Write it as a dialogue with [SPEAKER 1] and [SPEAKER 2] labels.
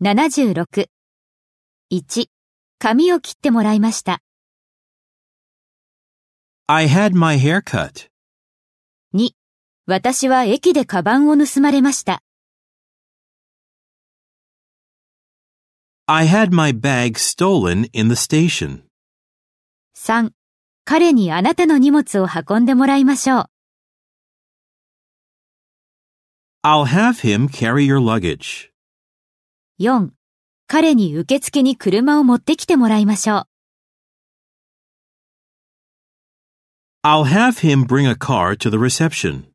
[SPEAKER 1] 76。1. 髪を切ってもらいました。
[SPEAKER 2] I had my hair cut.
[SPEAKER 1] 2. 私は駅でカバンを盗まれました。
[SPEAKER 2] I had my bag stolen in the station.
[SPEAKER 1] 3. 彼にあなたの荷物を運んでもらいましょう。
[SPEAKER 2] I'll have him carry your luggage.
[SPEAKER 1] 4. 彼に受付に車を持ってきてもらいましょう。
[SPEAKER 2] I'll have him bring a car to the reception.